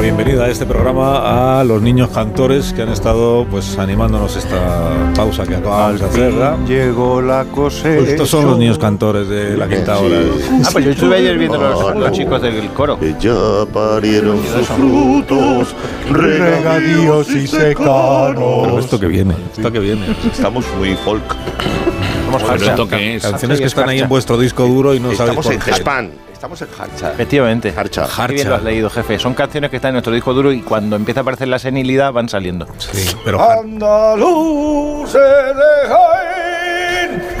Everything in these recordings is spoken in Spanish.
bienvenida a este programa a los niños cantores que han estado pues animándonos esta pausa que acabamos de hacer. ¿verdad? Llegó la cosecha. Pues estos son los niños cantores de la quinta Sí. hora. Ah, pues yo estuve ayer viendo los, Mano. los chicos del coro. Que ya parieron sus frutos, Regadíos y Pero secanos. esto que viene, esto que viene. Estamos muy folk. Somos Pero farsa. esto qué es. Canciones Harcha y que están ahí en escarcha. vuestro disco duro y no sabéis Estamos por en qué. Gespan. Estamos en Harcha. Efectivamente. Harcha. Qué bien lo has leído, jefe. Son canciones que están en nuestro disco duro y cuando empieza a aparecer la senilidad van saliendo. Sí, pero Ah, Har- Andaluz de Jaén.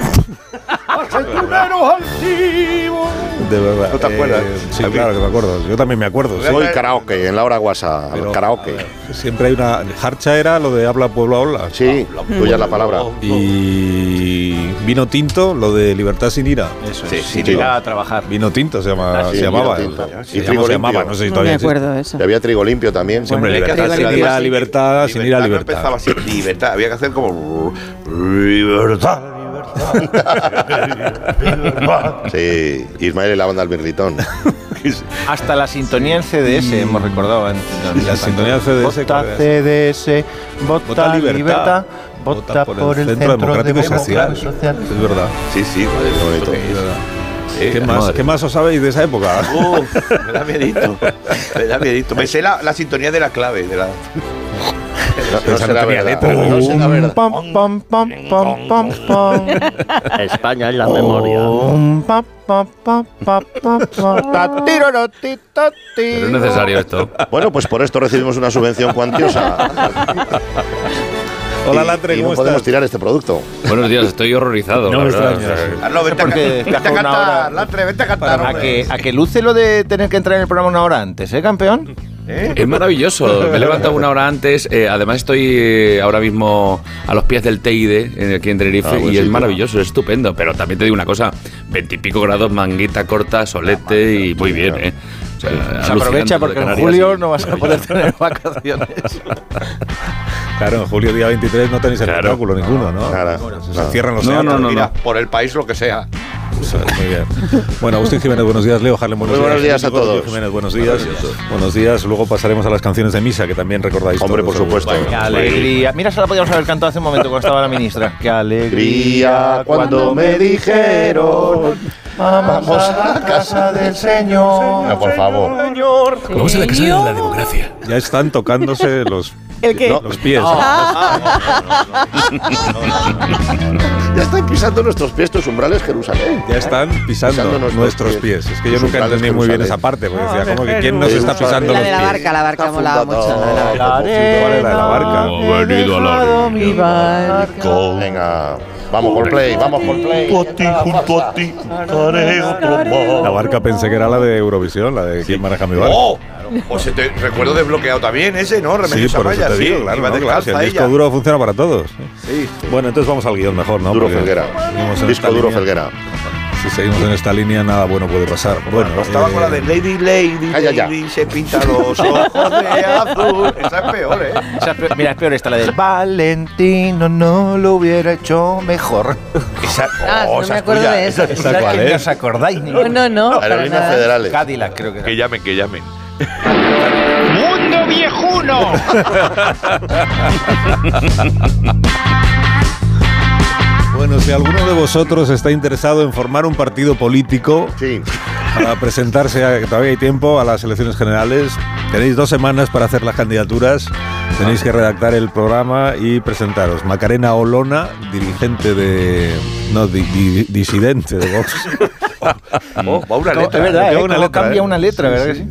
Aceituneros altivos. de verdad. Eh, ¿No te acuerdas? Sí, A mí- claro que me acuerdo. Yo también me acuerdo. sí. Soy karaoke, en la hora guasa. Pero, karaoke. a ver, Siempre hay una. Harcha era lo de habla pueblo habla. Sí, tuya la palabra. Ah, Y vino tinto, lo de libertad sin ira. Eso Sí, es. sí, Sin ir tío. a trabajar. Vino tinto se, llama- Ah, sí, se vino llamaba. tinto. el- Y se trigo llamaba, se llamaba, limpio. no sé si No me todavía existe. acuerdo eso. Y había trigo limpio también. Siempre Bueno, libertad, hay que sin hacer ir a libertad. libertad, sin ir a no libertad. empezaba así, libertad. Había que hacer como. Libertad, libertad. sí, Ismael y la banda del birritón. Hasta la sintonía en CDS hemos recordado. antes. La sintonía en CDS, Vota ¿cuál CDS, vota, Vota libertad, libertad, vota por el centro, democrático y social. Social. Es verdad. Sí, sí, madre, qué bonito. es verdad. Eh, ¿Qué, más, madre. ¿Qué más os sabéis de esa época? Uf, me da miedito. Me da miedito. Me sé la, la sintonía de la clave. De la... esa no tenía letra, pero no será verdad. Pam, pam, pam, pam, pam, pam. Oh. España es la memoria. Pum, pa, pa, pa, pa, pa, pa. Ta, tiroro, ti, ta, ti. Pero es necesario esto. Bueno, pues por esto recibimos una subvención cuantiosa. Hola, Y- Latre, y ¿cómo no podemos estás? tirar este producto. Buenos días, estoy horrorizado. la No me verdad. extraña. Ah, no, vente, Porque a, vente a viaja una hora. cantar, Latre, vente a cantar. A hombre. que, a que luce lo de tener que entrar en el programa una hora antes, ¿eh, campeón? Es maravilloso. Me he levantado una hora antes. eh, además, estoy eh, ahora mismo a los pies del Teide, en- aquí en Tenerife, Ah, buen y es sitio. maravilloso, es estupendo. Pero también te digo una cosa: veintipico grados, manguita corta, Ah, solete y muy bien, ¿eh? O sea, Se alucinante aprovecha lo de porque en Canarias, julio sí. no vas a poder tener vacaciones. Claro, en julio día 23 no tenéis Claro. espectáculo ninguno, ¿no? Claro, Bueno, se, claro. cierran los No, teatros. no, no, Mira, por el país lo que sea. Muy bien. Bueno, Agustín Jiménez, buenos días. Leo Harlem, buenos Muy buenos días a Diego todos. Jiménez, buenos días. Buenos días. Luego pasaremos a las canciones de misa, que también recordáis. Hombre, todos, por seguro. supuesto. Qué alegría. Mira, se la podíamos haber cantado hace un momento cuando estaba la ministra. Qué alegría Alegría cuando me dijeron, vamos a la casa del Señor. No, por favor. Vamos a la casa de la democracia. Ya están tocándose los, El Ah. que No, los pies. Ya están pisando nuestros pies tus umbrales, Jerusalén. Ya están pisando Pisando nuestros nuestros pies. pies. Es que yo Los nunca umbrales entendí muy bien Jerusalén. esa parte, porque decía, Hombre, ¿cómo que quién nos Jesús. está pisando la los de la pies? eh, barca, la barca Está molaba fundado. mucho. La de la barca. La Vale, la de la barca. arena He venido a la dejado orilla. mi barca. Venga, vamos por play, vamos por play. Junto a ti, junto a ti, haré otro mar. La barca pensé que era la de Eurovisión, la de quién maneja mi barca. ¡Oh! Pues se te, recuerdo desbloqueado también ese, ¿no? Sí, Remedios por eso Amaya, te sí. digo, claro, iba no, claro, si descalza el disco ella. duro funciona para todos. Sí, sí. Bueno, entonces vamos al guión mejor, ¿no? Duro Porque Felguera. seguimos en esta Disco duro línea. Felguera. Si seguimos en esta línea, nada bueno puede pasar. Bueno, No estaba eh, con la de Lady Lady, Calla Ah, ya. Lady se pinta los ojos de azul. Esa es peor, ¿eh? Esa es peor- Mira, es peor esta la del Valentino no lo hubiera hecho mejor. Esa, Ah, oh, no esa me es acuerdo tuya. de eso. Esa- ¿Esa cuál que es? No os acordáis ni No, no, no. para Aerolíneas nada. Federales. Cadillac, creo que era. Que llamen, que llamen. ¡Mundo viejuno! bueno, si alguno de vosotros está interesado en formar un partido político, Sí. para presentarse, a- que todavía hay tiempo, a las elecciones generales. Tenéis dos semanas para hacer las candidaturas. Tenéis que redactar el programa y presentaros. Macarena Olona, dirigente de. No, di- di- disidente de Vox. Oh, va una Como- letra. es verdad, le ¿eh? pega una Como letra, cambia ¿eh? una letra, ¿verdad que sí?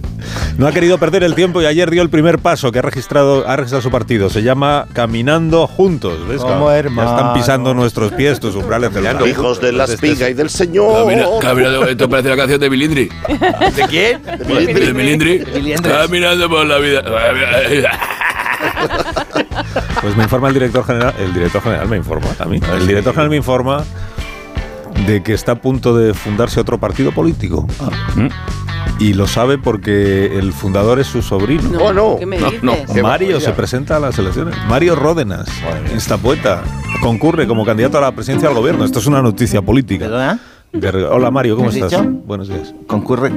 No ha querido perder el tiempo y ayer dio el primer paso que ha registrado, ha registrado su partido. Se llama Caminando Juntos. ¿ves? Como Ya hermanos. están pisando nuestros pies, tus umbrales del mar. Hijos de este las este espiga y del señor. Camina, camina de- esto parece la canción de Milindri. ¿De quién? De De Milindri. Milindres. Caminando por la vida. Pues me informa el director general. El director general me informa a mí. El director general me informa de que está a punto de fundarse otro partido político. Mm. Y lo sabe porque el fundador es su sobrino. Oh, no. ¿Qué me No, dices? no. Qué Mario barbaridad. se presenta a las elecciones. Mario Ródenas, instapoeta, concurre como candidato a la presidencia del gobierno. Esto es una noticia política. ¿Perdona? De- Hola Mario, ¿cómo ¿Me has estás? dicho? Buenos días. Concurre.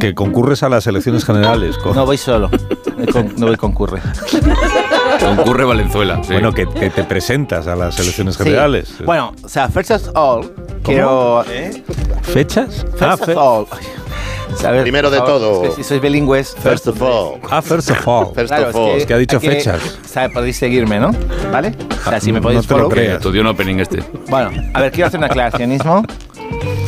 Que concurres a las elecciones generales. con- No voy solo. con- no concurre. Concurre Valenzuela. sí. Bueno, que, que te presentas a las elecciones Sí. generales. Bueno, o sea, first of all, quiero... ¿Fechas? Ah, First fe- of all. Saber, Primero de por favor, todo. es que Si sois bilingües. First of all. ah, first of all. First Claro, of all. Es que ha dicho hay fechas. O sea, podéis seguirme, ¿no? ¿Vale? O sea, si me no podéis te lo follow. Que creas. estudió un opening este. Bueno, a ver, quiero hacer una aclaracionismo.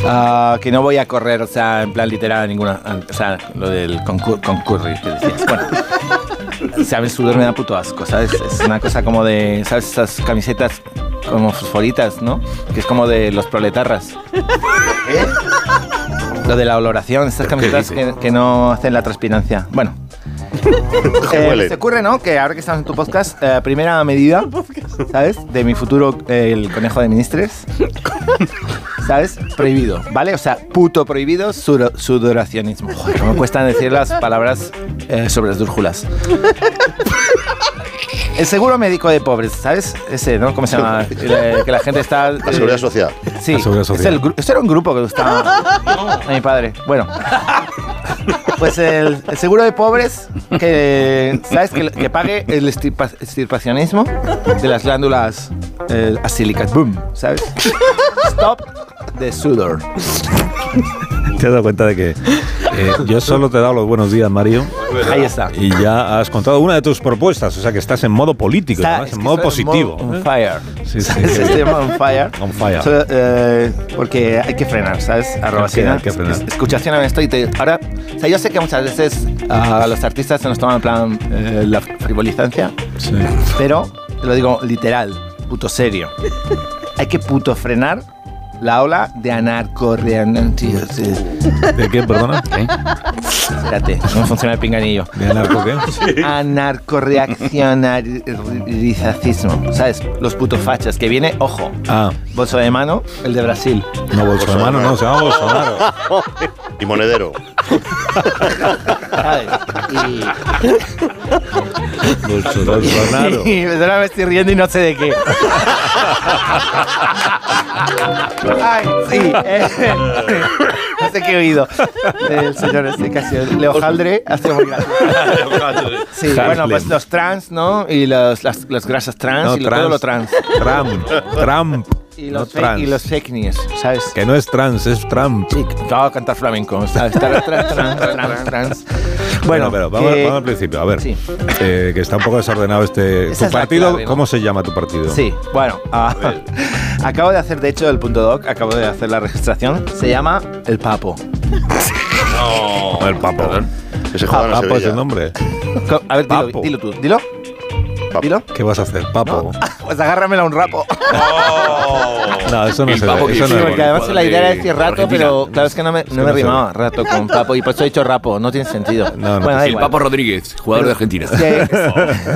Ah, que no voy a correr, o sea, en plan literal ninguna. ah, O sea, lo del concur concurrir que decías. Bueno. Sabes, sudor me da puto asco, ¿sabes? Es una cosa como de, ¿sabes? Esas camisetas como fosforitas, ¿no? Que es como de los proletarras. Lo de la oloración, estas camisetas que, dices? que no hacen la transpirancia. Bueno. Que Eh, huele. se ocurre, ¿no? Que ahora que estamos en tu podcast, eh, primera medida, ¿sabes? De mi futuro, eh, el conejo de ministres. ¿Sabes? Prohibido, ¿vale? O sea, puto prohibido suro- sudoracionismo. Joder, cómo me cuestan decir las palabras eh, sobre las dúrjulas. El seguro médico de pobres, ¿sabes? Ese, ¿no? ¿Cómo se llama? El, eh, que la gente está... La eh, seguridad social. Sí, La seguridad social. es el gru- esto era un grupo que gustaba a mi padre. Bueno, pues el, el seguro de pobres, que sabes que, que pague el estirpa- extirpacionismo de las glándulas eh, acílicas. Boom, ¿sabes? Stop the sudor. Te has dado cuenta de que eh, yo solo te he dado los buenos días, Mario, Ahí está. y ya has contado una de tus propuestas, o sea que estás en modo político, Está- además, es en que modo estoy en positivo. modo On fire. Sí, sí, ¿Sabes? sí. Estoy en modo on fire. On fire. Solo, eh, porque hay que frenar, ¿sabes? Arroba Hay que- Sina. hay que frenar. Escucha Sina en esto y te. Ahora, o sea, yo sé que muchas veces a los artistas se nos toman en plan eh, la frivolizancia, Sí. pero te lo digo literal, puto serio. Hay que puto frenar la ola de anarcorreanantíos. ¿De qué, perdona? ¿eh? Espérate, no me funciona el pinganillo. ¿De anarco qué? Anarcorreaccionarizacismo, ¿sabes? Los putos fachas que viene, ojo, Ah, Bolso de mano, el de Brasil. no, Bolsonaro, no, se llama Bolsonaro. Y monedero. ¿sabes? Y, Bolsonaro. y ahora me estoy riendo y no sé de qué. Ay, sí. eh, no sé qué he oído. El señor este casi. Leo Haldre ha sido muy gracioso. Sí, bueno, pues los trans, ¿no? Y los, las, las grasas trans No, y lo- todo lo trans. Trump, Trump, Y no los, fake- trans. y los fake news, ¿sabes? Que no es trans, es Trump. Sí, Yo a cantar flamenco. ¿sabes? Trans, trans, trans, trans, trans. Bueno, pero vamos, que- vamos al principio. A ver, eh, Sí. eh, que está un poco desordenado este. Esa ¿Tu es la partido? clave, ¿no? ¿Cómo se llama tu partido? Sí, bueno, ah, acabo de hacer, de hecho, el punto doc, acabo de hacer la registración. Se llama El Papo. No, el Papo. Perdón. Que se Ah, juegan a papo es el Sevilla. nombre. Co- A ver, dilo, Papo. dilo tú, dilo, Papo. dilo. ¿Qué vas a hacer? Papo. Pues agárramela un rapo. No, eso no El se papo ve, que eso hizo no el se ve. porque además cuadro la idea de era decir rato, Argentina. pero claro, es que no me, no no me se rimaba rato con papo y por eso he dicho rapo, no tiene sentido. No, no bueno, tiene da El igual. Papo Rodríguez, jugador de Argentina. Que-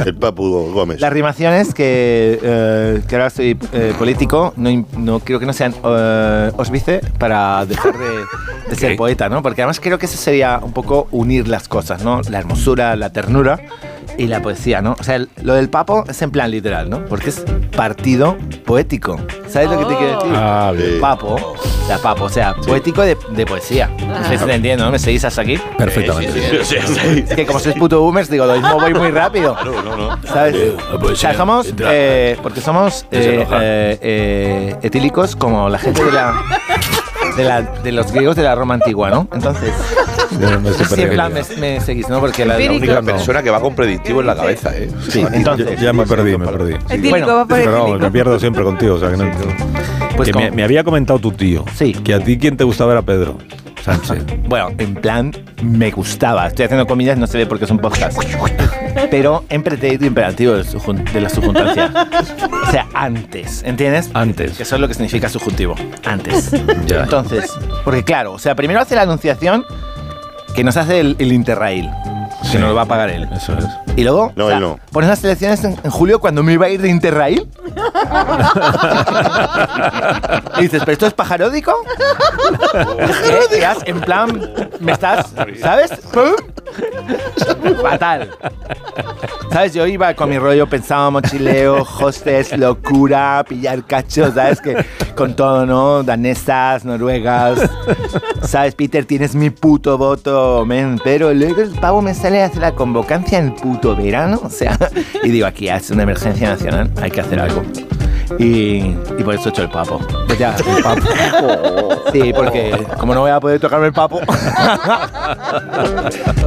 El Papu Gómez. Las rimaciones que, eh, que ahora soy eh, político, no, im- no creo que no sean eh, osbice para dejar de, de ser Ok. poeta, ¿no? Porque además creo que eso sería un poco unir las cosas, ¿no? La hermosura, la ternura y la poesía, ¿no? O sea, el- lo del papo es en plan literal, ¿no? Porque es partido poético. ¿Sabes lo que te quiero decir? Ah, bien. Sí. Papo, o sea, papo, o sea, poético de, de poesía. No sé si Ah. te entiendo, ¿no? ¿Me seguís hasta aquí? Perfectamente. Es que como sois puto boomers, digo, lo mismo voy muy rápido. ¿Sabes? pues o sea, somos. eh, porque somos eh, eh, eh, etílicos como la gente de la. De, la- de los griegos de la Roma antigua, ¿no? Entonces, Yo no sé sí, en plan, me, perder. me seguís, ¿no? Porque la, la Empírico. única No. persona que va con predictivo en la cabeza, ¿eh? Sí, entonces, Ya me perdí, me perdí. Etílico, Bueno, va por Pero vamos, etílico. me pierdo siempre contigo. O sea, que no entiendo. pues Que como- me, me había comentado tu tío Sí. que a ti quién te gustaba era Pedro Sánchez. Bueno, en plan, me gustaba. Estoy haciendo comillas, no se ve porque es un podcast. Pero en pretérito imperativo del sujun- de la subjuntancia. O sea, antes, ¿entiendes? Antes. Que eso es lo que significa subjuntivo. Antes. Ya. Entonces, porque claro, o sea, primero hace la anunciación que nos hace el, el Interrail. Sí. Que nos lo va a pagar él. Eso es. Y luego, No, o sea, él no. pones las elecciones en, en julio cuando me iba a ir de Interrail. y dices, ¿pero esto es pajaródico? ¿Qué? Te das en plan, me estás, ¿sabes? Pum, Fatal. ¿Sabes? Yo iba con mi rollo, pensaba mochileo, hostes, locura, pillar cachos, ¿sabes? Que con todo, ¿no? Danesas, noruegas. ¿Sabes, Peter? Tienes mi puto voto, men. Pero luego el pavo me sale a hacer la convocancia en puto verano, o sea. Y digo, aquí es una emergencia nacional, hay que hacer algo. Y, y por eso he hecho el papo. Pues ya, el papo. Sí, porque como no voy a poder tocarme el papo.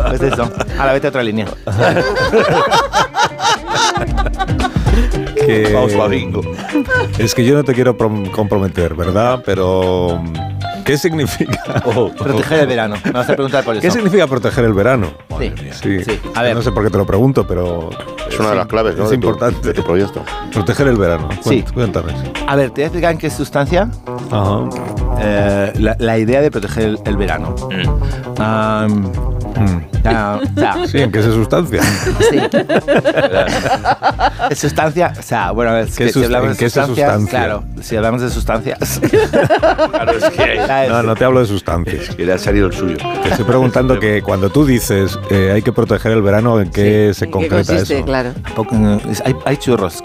pues eso. A la vete a otra línea. Que- Vamos pa' bingo. Eh, Es que yo no te quiero prom- comprometer, ¿verdad? Pero. mm, ¿Qué significa? Proteger el verano. Me vas a preguntar por eso. ¿Qué significa proteger el verano? Sí. Sí. Sí. A ver. No sé por qué te lo pregunto, pero. Es una de las claves, ¿no? Es de tu- importante. de tu proyecto. Proteger el verano. Cuént- Sí. Cuéntame. A ver, te voy a explicar en qué sustancia Ajá. eh, la, la idea de proteger el, el verano. Am, ah, o sea, Mm. Sí, ¿en qué se sustancia? sí. Es sustancia, o sea, bueno, es ¿Qué que si sus- hablamos en qué de se sustancias, sustancia? claro, si hablamos de sustancias, Claro, es que. ¿sabes? No, no te hablo de sustancias. Que le ha salido el suyo. Te estoy preguntando que cuando tú dices eh, hay que proteger el verano, ¿en qué se ¿En qué concreta consiste? eso? Claro. Tampoco, no, es- hay, hay churros,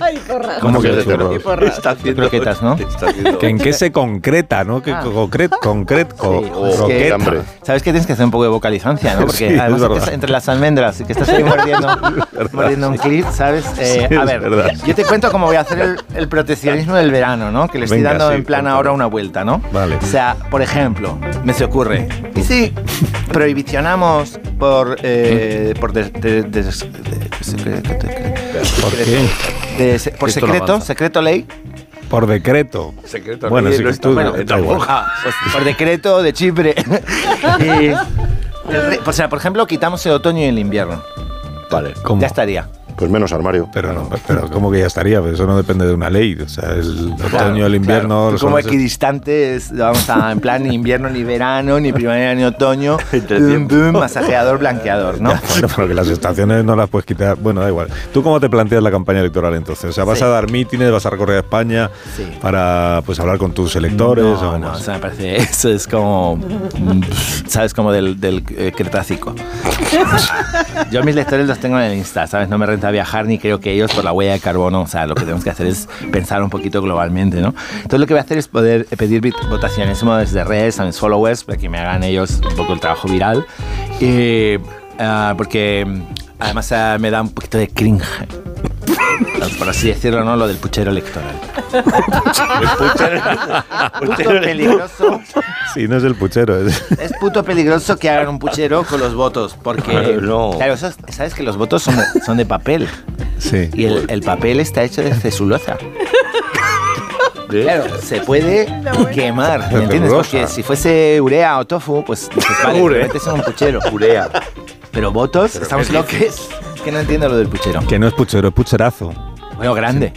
Ay, porra. ¿Cómo Bueno, que churros? de terror. Porra. Está haciendo Croquetas, ¿no? Está haciendo- ¿Que ¿En qué se concreta, no? Que Ah. concret, concret, co- Sí, Oh, es qué que- croqueta. hambre. Sabes que tienes que hacer un poco de vocalizancia, ¿no? Porque Sí, es además verdad. estás entre las almendras y que estás ahí mordiendo, mordiendo un clip, ¿sabes? Eh, Sí, a es ver, verdad. yo te cuento cómo voy a hacer el, el proteccionismo del verano, ¿no? Que le estoy Venga, dando sí, en plan cuéntame. ahora una vuelta, ¿no? Vale. O sea, por ejemplo, me se ocurre, ¿y si prohibicionamos por... eh, por de- de- de- de- ¿Por qué? de- de- por Esto no secreto, avanza. secreto ley, Por decreto. Secreto, Bueno, no, sí, no que está- tú- bueno, da tampoco. igual. Ah, pues, por decreto de Chipre. Eh, el re- o sea, por ejemplo, quitamos el otoño y el invierno. Vale. ¿Cómo? Ya estaría. Pues menos armario. Pero no, pero ¿cómo que ya estaría? Pues Eso no depende de una ley. O sea, el otoño, el invierno... Claro, tú los como hombres- equidistantes, vamos a, en plan, ni invierno, ni verano, ni primavera, ni otoño. Entre Dum, tiempo. dum, masajeador, blanqueador, ¿no? Bueno, pero que las estaciones no las puedes quitar. Bueno, da igual. ¿Tú cómo te planteas la campaña electoral entonces? O sea, ¿vas Sí. a dar mítines, vas a recorrer España Sí. para pues hablar con tus electores? No, o no, no? o sea, me parece, eso es como, mm, ¿sabes? Como del, del eh, Cretácico. Yo mis lectores los tengo en el Insta, ¿sabes? No me renta viajar ni creo que ellos por la huella de carbono, o sea, lo que tenemos que hacer es pensar un poquito globalmente, ¿no? Entonces lo que voy a hacer es poder eh, pedir vit- votaciones ¿no? desde redes a mis followers para que me hagan ellos un poco el trabajo viral. Y, ah, porque mm, además ah, me da un poquito de cringe. Por así decirlo, ¿no? Lo del puchero electoral. Ah, Puto peligroso. Sí, no es el puchero. es- Es puto peligroso que hagan un puchero con los votos, porque... No. Claro, eso es- sabes que los votos son de, son de papel, Sí. y el, el papel está hecho de celulosa. Claro, se puede quemar, ¿me entiendes? Celulosa. Porque si fuese urea o tofu, pues dices, vale, te metes en un puchero. Urea. Pero votos, estamos locos. Es que no entiendo lo del puchero. Que no es puchero, es pucherazo. Bueno, grande.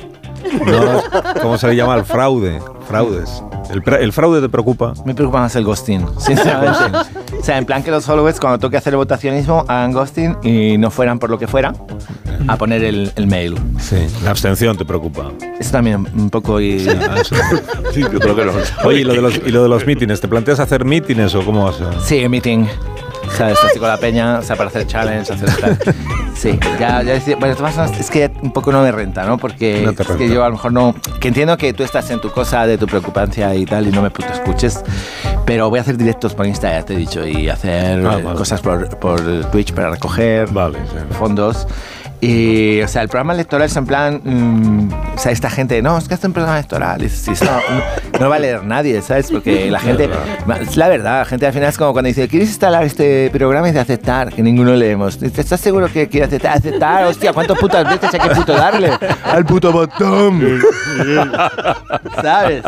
No, es- ¿Cómo se le llama al fraude? Fraudes. El, pra- el fraude te preocupa. Me preocupa más el ghosting, sinceramente. o sea, en plan que los followers, cuando toque hacer el votacionismo, hagan ghosting y no fueran por lo que fuera a poner el, el mail. Sí. La abstención te preocupa. ah, Eso también un poco... y- Sí, yo creo que no. Oye, ¿y lo, de los, y lo de los mítines? ¿Te planteas hacer mítines o cómo vas a...? Sí, meeting. ¿Sabes? Así con la peña, o sea, para hacer challenge, hacer tal. Sí, ya, ya decía, bueno, de todas maneras, es que un poco no me renta, ¿no? Porque No te es que renta. yo a lo mejor no, que entiendo que tú estás en tu cosa de tu preocupancia y tal y no me puto escuches, pero voy a hacer directos por Insta, ya te he dicho, y hacer Ah, eh, vale. cosas por, por Twitch para recoger Vale, sí. fondos. Y, o sea, el programa electoral es en plan, mm, o sea, esta gente, no, es que hace un programa electoral, y si eso no, no va a leer nadie, ¿sabes? Porque la gente, es la verdad, la gente al final es como cuando dice, ¿quieres instalar este programa? Y de aceptar, que ninguno leemos. Dice, ¿Estás seguro que quieres aceptar? Aceptar, hostia, ¿cuántas putas veces hay que puto darle? Al puto botón. ¿Sabes?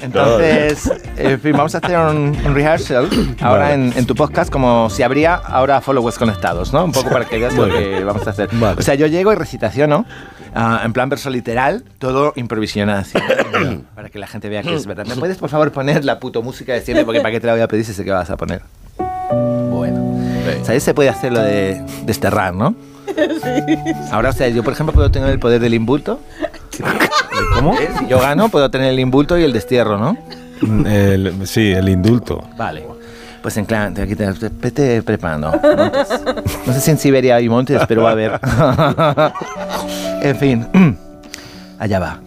Entonces, Eh, en fin, vamos a hacer un, un rehearsal ahora Vale. en, en tu podcast, como si habría ahora followers conectados, ¿no? Un poco para que veas lo que vamos a hacer. Vale. O sea, yo llego y recitaciono, ah, en plan verso literal, todo improvisionado, así, para que la gente vea que es verdad. ¿Me puedes, por favor, poner la puto música de siempre? Porque ¿para qué te la voy a pedir si sé que vas a poner? Bueno. ¿Sabes? Se puede hacer lo de desterrar, ¿no? Ahora, o sea, yo, por ejemplo, puedo tener el poder del indulto. ¿Cómo? Si yo gano, puedo tener Mm, el indulto y el destierro, ¿no? El- sí, el indulto. Vale. Pues Pues en clan, te- te- vete preparando. montes. No sé si en Siberia hay montes, pero va a haber. en fin, allá va.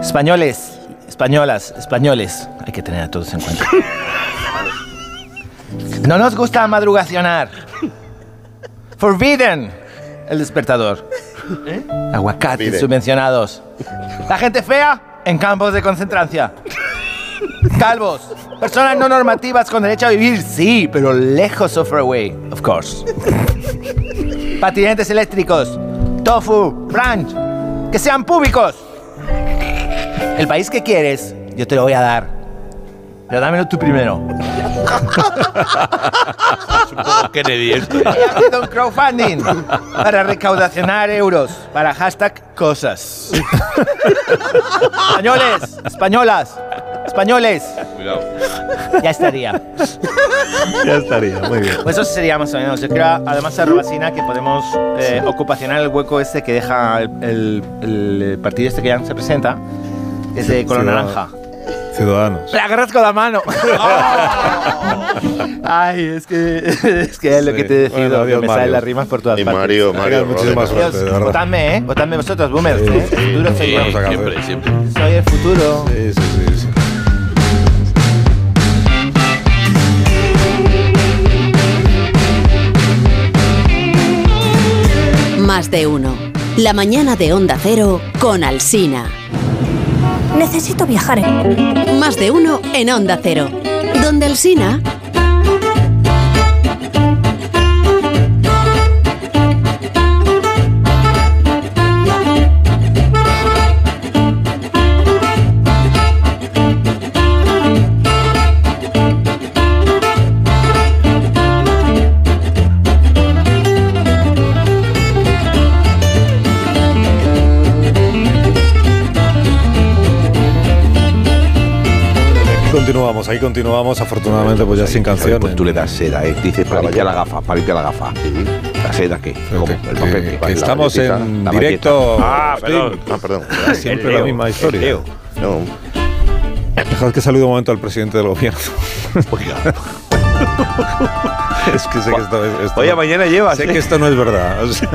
Españoles, españolas, españoles. Hay que tener a todos en cuenta. No nos gusta madrugacionar. Forbidden el despertador. ¿Eh? Aguacates Forbidden. subvencionados. La gente fea en campos de concentración. Calvos. Personas no normativas con derecho a vivir, sí, pero lejos of our way, of course. Patinetes eléctricos. Tofu, ranch. Que sean públicos. El país que quieres, yo te lo voy a dar. Pero dámelo tú primero. Kennedy esto. He haciendo un crowdfunding para recaudacionar euros para hashtag cosas. Españoles, españolas, españoles. Cuidado. Ya estaría. Ya estaría, muy bien. Pues eso sería más o menos. Yo creo, además, a Robacina que podemos eh, ocupacionar el hueco este que deja el, el- el partido este que ya no se presenta, es de color Sí, va. naranja. Ciudadanos. Le agarras con la mano. Ay, es que es que es lo que te he Sí. Bueno, decidido. que adiós, me Mario. salen las rimas por todas Y partes. Mario, Mario. Tengas muchísima Rodríguez. suerte, de Dios, verdad. votadme, ¿eh? Votadme vosotros, boomers. ¿eh? El futuro soy Sí, yo. Vamos a acabar. siempre, siempre. Soy el futuro. Sí, sí, sí, sí. Más de uno. La mañana de Onda Cero con Alsina. Necesito viajar. Más de uno en Onda Cero. Donde Alsina. Aquí continuamos, ahí continuamos, afortunadamente, pues ya sin canciones. Pues tú le das seda, ¿eh? Dices, para limpiar la gafa, para limpiar la gafa. ¿La seda qué? ¿Cómo? Que- El papel que- qué? que eh, estamos La en malletita, la directo. Ah, Agustín. perdón. Ah, perdón. Siempre la misma historia. Leo. No, Dejad que salude un momento al presidente del gobierno. es que sé que esto, es- esto- Oye, mañana llevas. sé ¿eh? que esto no es verdad. O sea,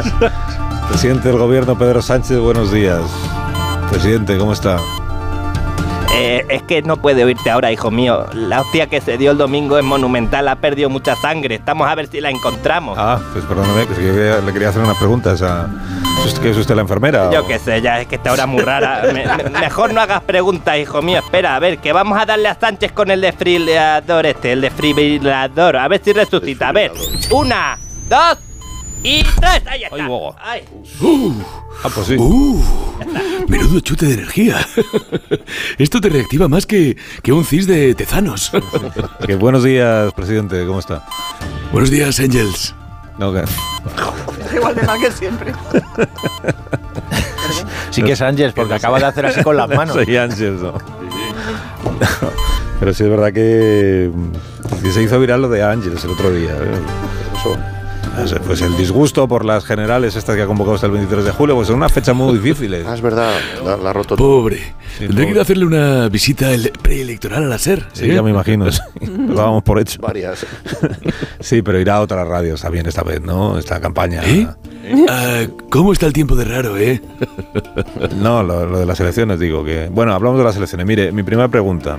presidente del gobierno, Pedro Sánchez, buenos días. Presidente, ¿cómo está? Eh, es que no puede oírte ahora, hijo mío. La hostia que se dio el domingo es monumental, ha perdido mucha sangre. Estamos a ver si la encontramos. Ah, pues perdóname, que yo quería- le quería hacer unas preguntas a... ¿Es usted- ¿Que es usted la enfermera? Yo o- qué sé, ya es que esta hora es muy rara. Me- me- mejor no hagas preguntas, hijo mío. Espera, a ver, que vamos a darle a Sánchez con el desfibrilador este, el desfibrilador. A ver si resucita. A ver, una, dos y tres. Ahí está. Ay, bobo. Ay. Ah, pues sí. Uh, Menudo chute de energía. Esto te reactiva más que, que un cis de Tezanos. Que buenos días, presidente, ¿cómo está? Buenos días, Angels. No, que- Igual de mal que siempre. Sí que es Ángel, porque acaba de hacer así con las manos. Soy Ángel, ¿no? Pero sí es verdad que, que se hizo viral lo de Ángeles el otro día. ¿eh? No sé, Pues el disgusto por las generales estas que ha convocado hasta el 23 de julio, pues son unas fechas muy difíciles. Ah, es verdad. La, la ha roto. Pobre. Sí, Tendré que ir pobre. a hacerle una visita el- preelectoral a la SER. Sí, ¿eh? ya me imagino. sí. Lo dábamos por hecho. Varias. Sí, pero irá a otra radio, está bien esta vez, ¿no? Esta campaña. ¿Eh? Ah, ¿Cómo está el tiempo de raro, eh? No, lo, lo de las elecciones, digo que. Bueno, hablamos de las elecciones. Mire, mi primera pregunta.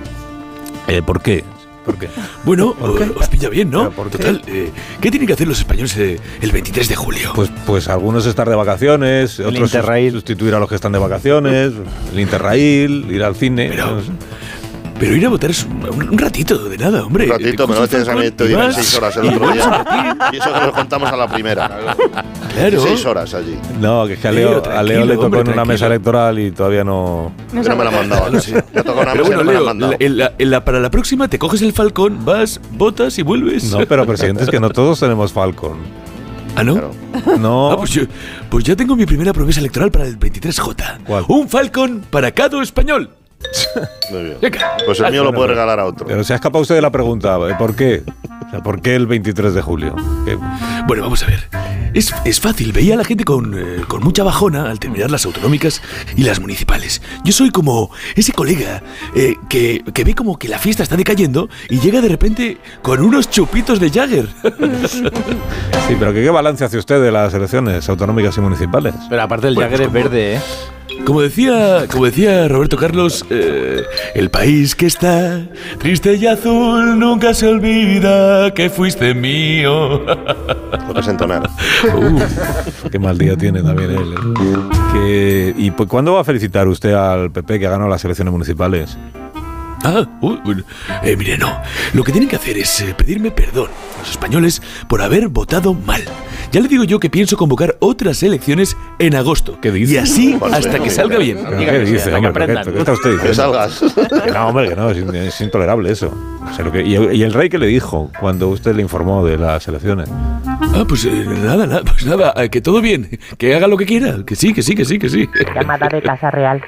Eh, ¿Por qué? ¿Por qué? Bueno, os pilla bien, Pero, ¿no? ¿por qué? Total, eh, ¿qué tienen que hacer los españoles eh, el 23 de julio? Pues, pues algunos estar de vacaciones, otros Interrail. sustituir a los que están de vacaciones, el Interrail, ir al cine. Pero- no sé. Pero ir a votar es un, un ratito de nada, hombre. Un ratito, pero no Coges tienes un a mí, balcón te y dieron vas, seis horas el y otro vas a día. Y eso que nos contamos a la primera. Claro. Seis horas allí. No, que es que a Leo, Leo, a Leo le tranquilo, tocó hombre, en una mesa tranquilo. electoral y todavía no. Yo no me la han mandado. a casa. Me ha tocado una mesa Pero y bueno, no me la han Leo, mandado. la- en la- en la- para la próxima te coges el falcón, vas, votas y vuelves. No, pero presidente, es que no todos tenemos Falcon. ¿Ah, no? Claro. No. Ah, pues, yo- pues ya tengo mi primera promesa electoral para el 23J. ¿Cuál? Un falcón para cada español. Muy bien. Venga. Pues el mío lo puede regalar a otro. Pero se ha escapado usted de la pregunta, ¿eh? ¿por qué? O sea, ¿por qué el 23 de julio? ¿Qué- Bueno, vamos a ver. Es, es fácil, veía a la gente con, eh, con mucha bajona al terminar las autonómicas y las municipales. Yo soy como ese colega eh, que, que ve como que la fiesta está decayendo y llega de repente con unos chupitos de Jagger. Sí, pero ¿qué, qué balance hace usted de las elecciones autonómicas y municipales? Pero aparte el Bueno, Jagger pues es verde, ¿eh? Como decía, como decía Roberto Carlos, eh, el país que está triste y azul nunca se olvida que fuiste mío. Uh. No presento nada. Uf, qué mal día tiene también él. ¿eh? Que- ¿Y pues, cuándo va a felicitar usted al PP que ha ganado las elecciones municipales? Ah, uh, bueno. Eh, mire, no. Lo que tienen que hacer es eh, pedirme perdón a los españoles por haber votado mal. Ya le digo yo que pienso convocar otras elecciones en agosto. Y así Pues hasta que salga bien. ¿Pero ¿Qué dice, hombre? ¿Pero ¿Qué, pero qué está usted diciendo? Que salgas. Que no, hombre, que no, es, in- es intolerable eso. O sea, lo que- y, el, y el rey que le dijo cuando usted le informó de las elecciones? Ah, pues eh, nada, nada, pues nada, eh, que todo bien, que haga lo que quiera, que sí, que sí, que sí, que sí. Llamada de Casa Real.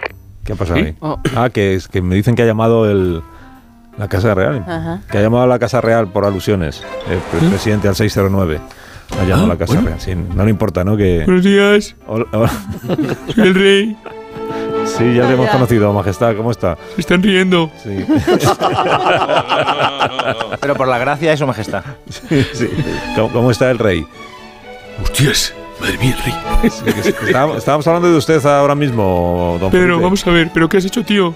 ¿Qué ha pasado ¿Sí? Oh. ahí? Ah, que, es, que me dicen que ha llamado el, la Casa Real. Ajá. Que ha llamado a la Casa Real por alusiones. El, pre- presidente al 609. Ha llamado a Ah, la Casa Real. Sí, no le importa, ¿no? Que, Buenos días, Hola, hola. soy el rey, Sí, ya le hemos conocido, Majestad. ¿Cómo está? se están riendo. Sí. Pero por la gracia de su majestad. Sí. ¿Cómo, cómo está el rey? Hostias, madre mía, el rey. Estábamos, estábamos hablando de usted ahora mismo, don Pero Felipe. vamos a ver, ¿pero qué has hecho, tío?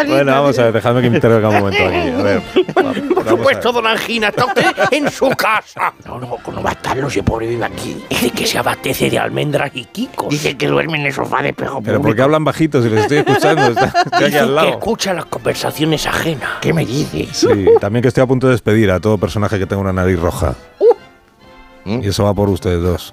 Bueno, vamos a ver, dejadme que intervenga un momento aquí. A ver, Por supuesto, don Angina, está usted en su casa. No, no, no va a estarlo si pobre vive aquí. Dice que se abastece de almendras y quicos. Dice que duerme en el sofá de espejo pero ¿por qué hablan bajitos si les estoy escuchando? Está- Estoy aquí al que lado. escucha las conversaciones Ah, ajenas. ¿Qué me dices? Sí, también que estoy a punto de despedir a todo personaje que tenga una nariz roja. Uh. Y eso va por ustedes dos.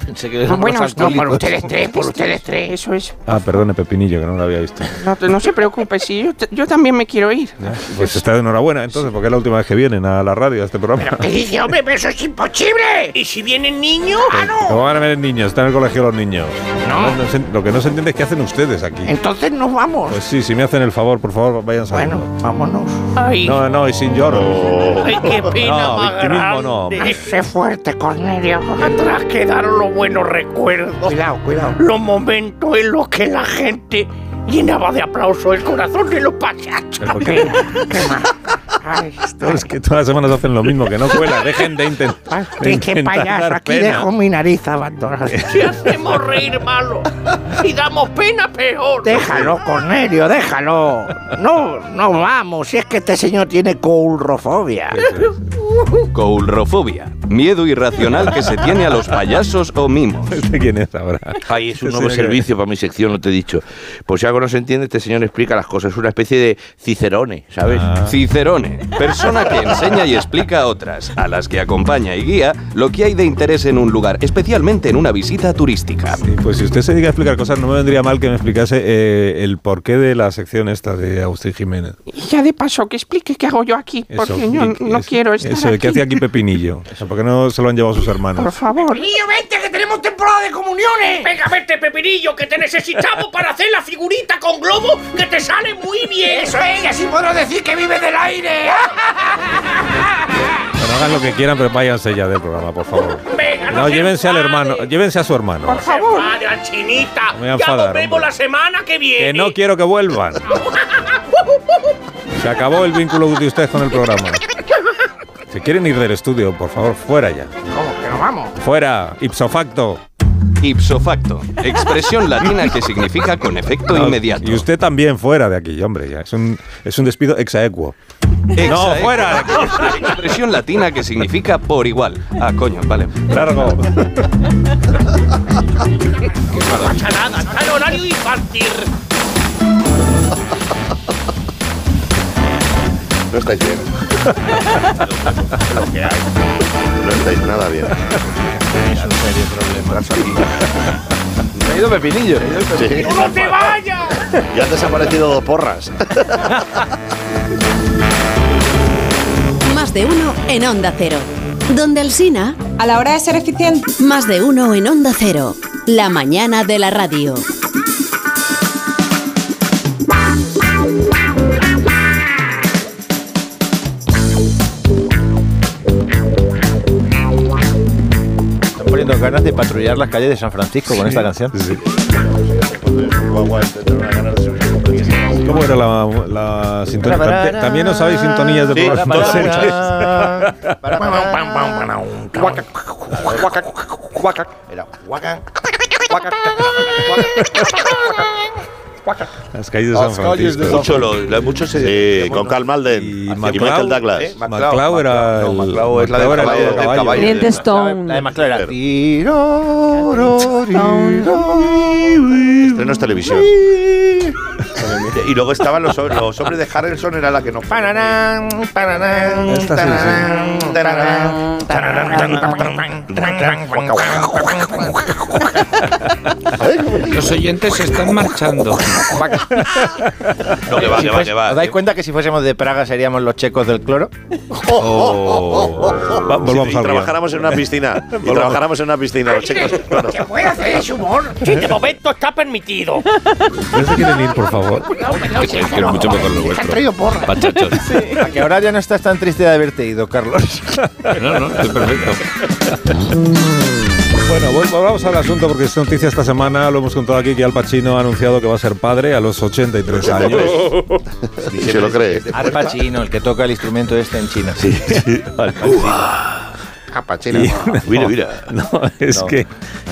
bueno, no, por ustedes tres, por ustedes tres. Eso es. Ah, perdone, Pepinillo, que no lo había visto. No, te- no se preocupe, sí, yo, te- yo también me quiero ir. Ya, Pues está de enhorabuena, entonces, porque es la última vez que vienen a la radio, a este programa. ¿Qué dice, hombre? Pero eso es imposible. ¿Y si vienen niños? Ah, no. ¿Cómo van a ver niños? Están en el colegio los niños. No, no se- lo que no se entiende es qué hacen ustedes aquí. Entonces nos vamos. Pues sí, si me hacen el favor, por favor, vayan saliendo. Bueno, vámonos. Ay. No, no, y sin lloro. Ay, qué pena No, más victimismo no. grande. Sé fuerte, Cornelio. Atrás quedaron los buenos recuerdos. Cuidado, cuidado. Los momentos en los que la gente llenaba de aplauso el corazón de los payasos. ¿Por qué? este, No, es que todas las semanas hacen lo mismo, que no cuela. Dejen de, inten- de Qué- intentar. qué payaso, dar aquí pena. dejo mi nariz abandonada. Si hacemos reír malo y damos pena peor. Déjalo, Cornelio, déjalo. No, no vamos, si es que este señor tiene coulrofobia. Coulrofobia, miedo irracional que se tiene a los payasos o mimos. quién es ahora? Ay, es un Este señor nuevo que- servicio para mi sección, no te he dicho. Pues si algo no se entiende, este señor explica las cosas. Es una especie de cicerone, ¿sabes? Ah. Cicerone, persona que enseña y explica a otras, a las que acompaña y guía, lo que hay de interés en un lugar, especialmente en una visita turística. Sí, Pues si usted se dedica a explicar cosas, no me vendría mal que me explicase eh, el porqué de la sección esta de Agustín Jiménez. Pues Y ya de paso, que explique qué hago yo aquí, porque yo ¿de qué- no eso- quiero estar Eso, de ¿qué aquí. hace aquí Pepinillo? Eso, ¿Por qué no se lo han llevado sus hermanos? Por favor. Niño, vente, que tenemos temporada de comuniones. Venga, vete, Pepinillo, que te necesitamos para hacer la figurita con globo que te sale muy bien. Eso es, Ah, y así podrás decir que vive del aire. Bueno, hagan lo que quieran, pero váyanse ya del programa, por favor. Venga, No, llévense al hermano, llévense a su hermano. favor. chinita. Me voy a enfadar, ya nos vemos hombre. la semana que viene. Que no quiero que vuelvan. Se acabó el vínculo de ustedes con el programa. Si quieren ir del estudio, por favor, fuera ya. ¿Cómo que nos vamos? Fuera, ipso facto. Ipso facto, expresión latina que significa con efecto No, inmediato. Y usted también fuera de aquí, hombre, ya. Es un, es un despido exaequo. Exa- fuera. Expresión latina que significa por igual. Ah, coño, vale. Largo. No pasa nada, está el horario infantil. No está lleno. Lo que hay. No estáis nada bien. Se ha ido Pepinillo. Sí. ¡No te vayas! Ya han desaparecido dos porras. Más de uno en Onda Cero. Donde Alsina. A la hora de ser eficiente. Más de uno en Onda Cero. La mañana de la radio. Están poniendo ganas de patrullar las calles de San Francisco con esta canción. ¿Cómo era la, Ah, la sintonía? También- También os sabéis sintonías de Sí, programas para, de series. Era guaca. Las calles de San Francisco. Mucho, lo- la- mucho se- con Carl Malden y, Michael Douglas. ¿eh? MacLau era el. MacLau es la del MacLau caballo, era el del caballo. caballo. Diente Stone. La de McClure era. Estreno es televisión. y luego estaban los, los hombres de Harrelson, era la que nos. Pananán, pananán, tararán, tararán, tararán, tararán, Los oyentes se están marchando. No, que va, que va, que va. eh. ¿Os dais cuenta que si fuésemos de Praga seríamos los checos del cloro? Oh, Oh. Va- si y trabajáramos en una piscina. Y trabajáramos en una piscina, los chicos. Bueno, ¿Se puede hacer ese humor? Sí, de momento está permitido. ¿No se quieren ir, por favor? Quiero mucho mejor lo vuestro. traído porra. Pachachos. A que ahora ya no estás tan triste de haberte ido, Carlos. No, no, estoy perfecto. Bueno, vol- volvamos al asunto porque es noticia esta semana. Lo hemos contado aquí que Al Pacino ha anunciado que va a ser padre a los 83 años. Y se lo cree. Arpa chino, el que toca el instrumento este en China. Sí, Y- Mira, mira. No, es, No. Que,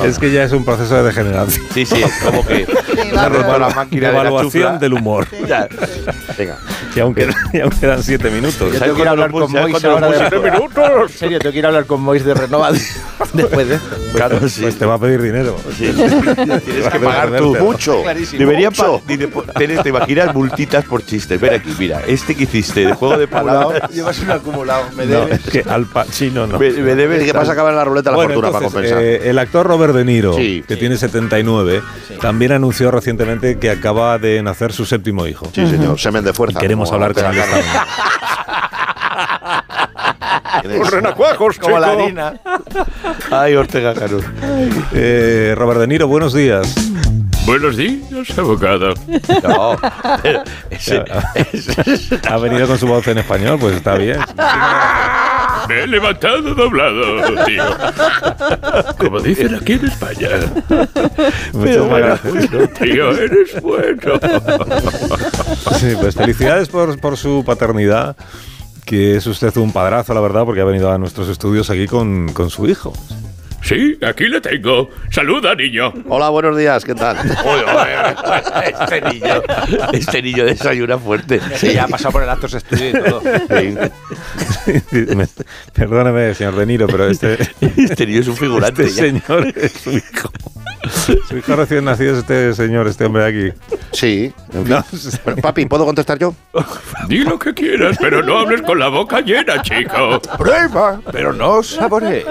es que ya es un proceso de degeneración. Sí, sí, es como que se ha roto la máquina de la evaluación chufla. del humor. Ya. Venga. Y aunque ya quedan 7 minutos. Yo tengo que ir a hablar con Mois ahora. de- En serio, tengo que ir a hablar con Mois de Renovado después de esto. Pues, pues te va a pedir dinero. Tienes que pagar tú mucho. Clarísimo. Debería Mucho. pa- dice, "Pues, este, po- Tener, te imaginas multitas por chistes. Ven aquí, mira, este que hiciste de juego de palabras. Llevas un acumulado, me No, debes. es que Al Pacino no. Me- me debes- ¿Qué pasa? Acaba en la ruleta la Bueno, fortuna para entonces, compensar. eh, el actor Robert De Niro, que tiene 79, también anunció recientemente que acaba de nacer su séptimo hijo. Sí, señor, semen de fuerza. Y queremos como hablar con él. Pera esta mañana. Los renacuajos, Como la chico. harina. Ay, Ortega Cano. Eh, Robert De Niro, buenos días. Buenos días, abogado. No. ha venido con su voz en español, pues está bien. Me he levantado doblado, tío. Como dicen aquí en España. Muchas gracias. Tío, eres bueno. Sí, pues felicidades por, por su paternidad, que es usted un padrazo, la verdad, porque ha venido a nuestros estudios aquí con, con su hijo. Sí, aquí le tengo. Saluda, niño. Hola, buenos días, ¿qué tal? este niño. Este niño desayuna fuerte. Sí, ya ha pasado por el acto estudio y todo. Me- Perdóneme, señor De Niro, pero este, Este niño es un figurante. este señor es su hijo. Su hijo recién nacido es este señor, este hombre de aquí. Sí. papi, ¿puedo contestar yo? Di lo que quieras, pero no hables con la boca llena, chico. ¡Prueba! Pero no sabores.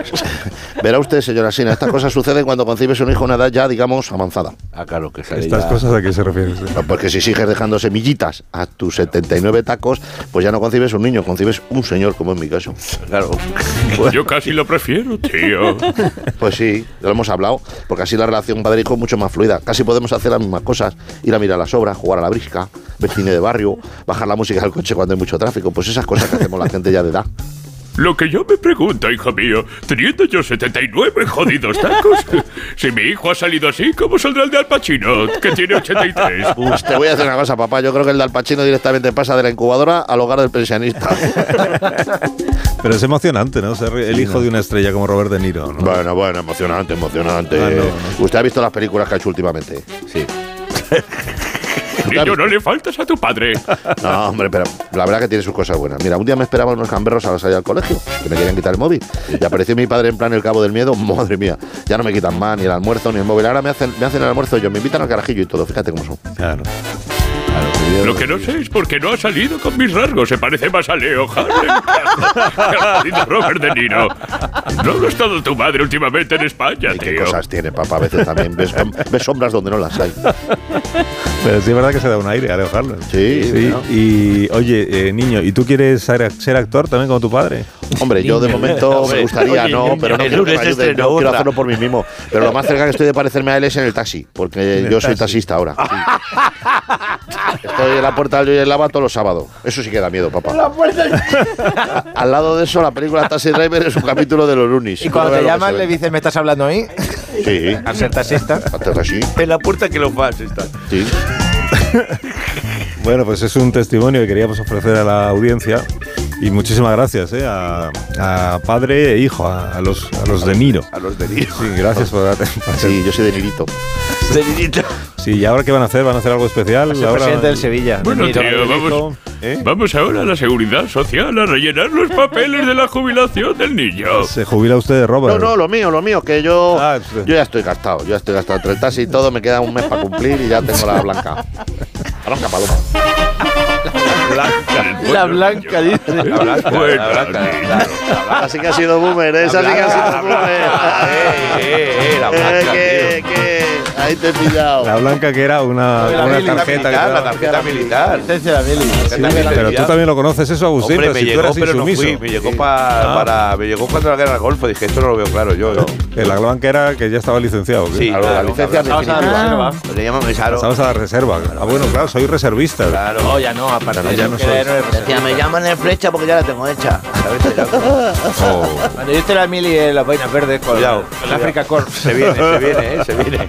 Verá usted, señora Sina, estas cosas suceden cuando concibes un hijo a una edad ya, digamos, avanzada. Ah, claro, que sale ¿Estas ya. cosas a qué se refiere? usted? No, Porque si sigues dejando semillitas a tus 79 tacos, pues ya no concibes un niño, concibes un señor, como en mi caso. Claro. Yo casi lo prefiero, tío. Pues sí, lo hemos hablado, porque así la relación padre-hijo es mucho más fluida. Casi podemos hacer las mismas cosas, ir a mirar las obras, jugar a la brisca, ver cine de barrio, bajar la música del coche cuando hay mucho tráfico, pues esas cosas que hacemos la gente ya de edad. Lo que yo me pregunto, hijo mío, teniendo yo 79 jodidos tacos, si mi hijo ha salido así, ¿cómo saldrá el de Al Pacino, que tiene 83? Pues te voy a hacer una cosa, papá. Yo creo que el de Al Pacino directamente pasa de la incubadora al hogar del pensionista. Pero es emocionante, ¿no? Ser el hijo de una estrella como Robert De Niro. ¿no? Bueno, bueno, emocionante, emocionante. ¿Usted ha visto las películas que ha hecho últimamente? Sí. Niño, no le faltas a tu padre. No, hombre, pero la verdad que tiene sus cosas buenas. Mira, un día me esperaban unos gamberros a la salida del colegio, que me querían quitar el móvil. Y apareció mi padre en plan el cabo del miedo. Madre mía, ya no me quitan más ni el almuerzo ni el móvil. Ahora me hacen, me hacen el almuerzo ellos, me invitan al carajillo y todo. Fíjate cómo son. Claro. Claro, Lo que no sé es por qué no ha salido con mis rasgos. Se parece más a Leo Harlem que a- que al jodido Robert De Niro. No lo ha estado tu madre últimamente en España, ¿Qué tío. cosas tiene, papá? A veces también ves, ves sombras donde no las hay. Pero sí es verdad que se da un aire a Leo Harlem. Sí, ¿no? Y oye, eh, niño, ¿y tú quieres ser, ser actor también como tu padre? Hombre, yo de momento me gustaría, no, pero no, quiero, que me ayuden, no quiero hacerlo por mí mismo. Pero lo más cerca que estoy de parecerme a él es en el taxi, porque En el yo taxi. soy Ah. taxista ahora. sí. Estoy en la puerta del Joyer Lava todos los sábados. Eso sí que da miedo, papá. Al lado de eso, la película Taxi Driver es un capítulo de los Lunis. Y cuando te llaman le dices, ¿me estás hablando ahí? Sí. Al ser taxista. así. En la puerta que lo vas está. Sí. Bueno, pues es un testimonio que queríamos ofrecer a la audiencia. Y muchísimas gracias ¿eh? a, a padre e hijo, a, a los, a los de Niro. A los de Niro. Sí, gracias por darte. Sí, yo soy de Nirito. De Nirito. Sí, ¿y ahora qué van a hacer? ¿Van a hacer algo especial? Es el Ahora- presidente del Sevilla. Bueno, tío, vamos, ¿Eh? vamos ahora a la seguridad social a rellenar los papeles de la jubilación del niño. Se jubila usted, No, Robert. no, lo mío, lo mío, que yo, Ah, yo ya estoy gastado, yo ya estoy gastado entre el taxi y todo, me queda un mes para cumplir y ya tengo la blanca. La blanca paloma. La blanca, dice. La blanca, la blanca. Así que ha sido boomer, ¿eh? esa sí que ha sido boomer. la Eh, que, que, ahí te he pillado. La blanca que era una, La Ah, una militar, tarjeta. que la daba- tarjeta militar. Sí, pero tú también lo conoces eso, Agustín. Hombre, pero me si tú llegó, eras pero no insumiso. fui. Me llegó, pa- Ah. para, me llegó cuando la guerra del Golfo. Dije, esto no lo veo claro yo. ¿eh? yo. Que La blanca era que ya estaba licenciado. ¿qué? Sí, claro, Pasamos a la reserva. Lo que llaman mesaro. Pasamos a la reserva. Ah, bueno, claro, soy reservista. Claro. No, Oh, ya no, aparte. Claro, ya no que soy. era héroe. Decía, me llaman en flecha porque ya la tengo hecha. Cuando yo estoy en la mili en las vainas verdes con, Cuidado. con la África Corp. Se viene, se viene, eh, se viene.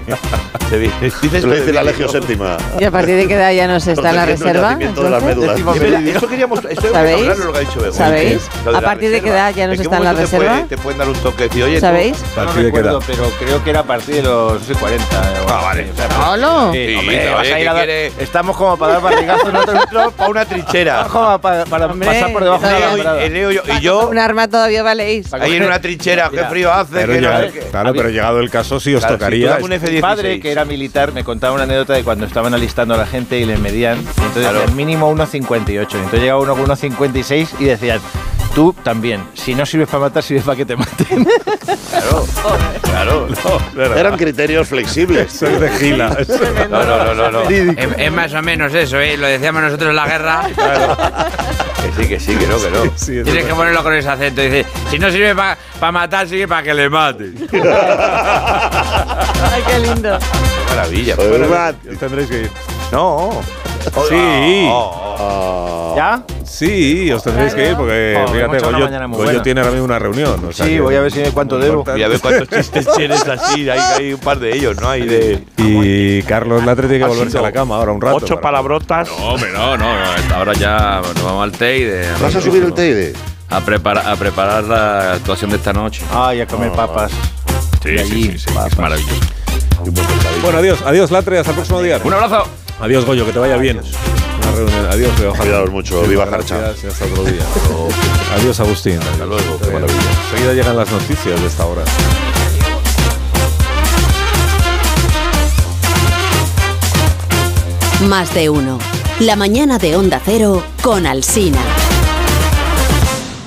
Se viene. Dices Lo dice la Legio Séptima. Y a partir de qué edad ya no se está en la reserva. nacimiento de las entonces? médulas. Décimo meridio. Eso queríamos. Esto hemos ¿Sabéis? hablado de lo que ha dicho ¿eh? Bego. ¿Sabéis? Sí, lo ¿A la partir de qué reserva. edad ya no se qué está en la momento te reserva? puede- Te pueden dar un toque. Decir, oye, tú- ¿Sabéis? No Partir de qué recuerdo, edad. pero creo que era a partir de los 40. Ah, vale. ¡Hola! Sí, Sí, hombre, oye, vas a ¿qué ir a dar- quiere? Estamos como para dar barrigazos nosotros para una trinchera. Como para, para pasar por debajo de la Leo y- alambrada. el Leo y yo- y yo Un arma todavía valéis. ahí en una trinchera. Qué Mira. frío hace. Pero que no llega- sé qué. claro, pero llegado el caso, sí os Claro, si tú tocaría. dabas un F-16. Mi padre, que era militar, me contaba una anécdota de cuando estaban alistando a la gente y les medían. y Entonces, Claro. el mínimo 1,58. Entonces llegaba uno con 1,56 y decían, tú también, si no sirves para matar, sirves para que te maten. Claro. Eran criterios flexibles. Soy de gila. No, no, no, no. no. Es, es más o menos eso, ¿eh? Lo decíamos nosotros en la guerra. Que sí, que sí, que no, que no. Tienes que ponerlo con ese acento. Dice, si no sirve para matar, sirve para que le maten. Ay, qué lindo. Qué maravilla. Soy qué un maravilla. rat. Tendréis que ir. No. Oh. Sí. ¿Ya? Sí, os tendréis que ir porque, Joder, fíjate, pues mucho una Goyo, mañana muy Goyo buena. tiene ahora mismo una reunión. o sea Sí, que- voy a ver si cuánto debo. importante. Y a ver cuántos chistes tienes así. Hay, hay un par de ellos, ¿no? Hay de. Y Carlos Latre tiene Ha que volverse a sido la cama ahora un rato. ocho para- palabrotas. No, hombre, no, no. no, hasta Ahora ya nos vamos al Teide. ¿Vas a subir el Teide? A, prepara- a preparar la actuación de esta noche. Ah, Ay, a Ah. comer papas. Sí, sí, sí, sí, es maravilloso. Bueno, adiós, adiós Latre, hasta el próximo día. Un abrazo. Adiós Goyo, que te vaya bien. Una reunión. Adiós, Leo. Cuidaos mucho, viva Jarcha. Gracias, hasta otro día. Adiós Agustín. Hasta luego, qué maravilla. Enseguida llegan las noticias de esta hora. Más de uno. La mañana de Onda Cero con Alsina.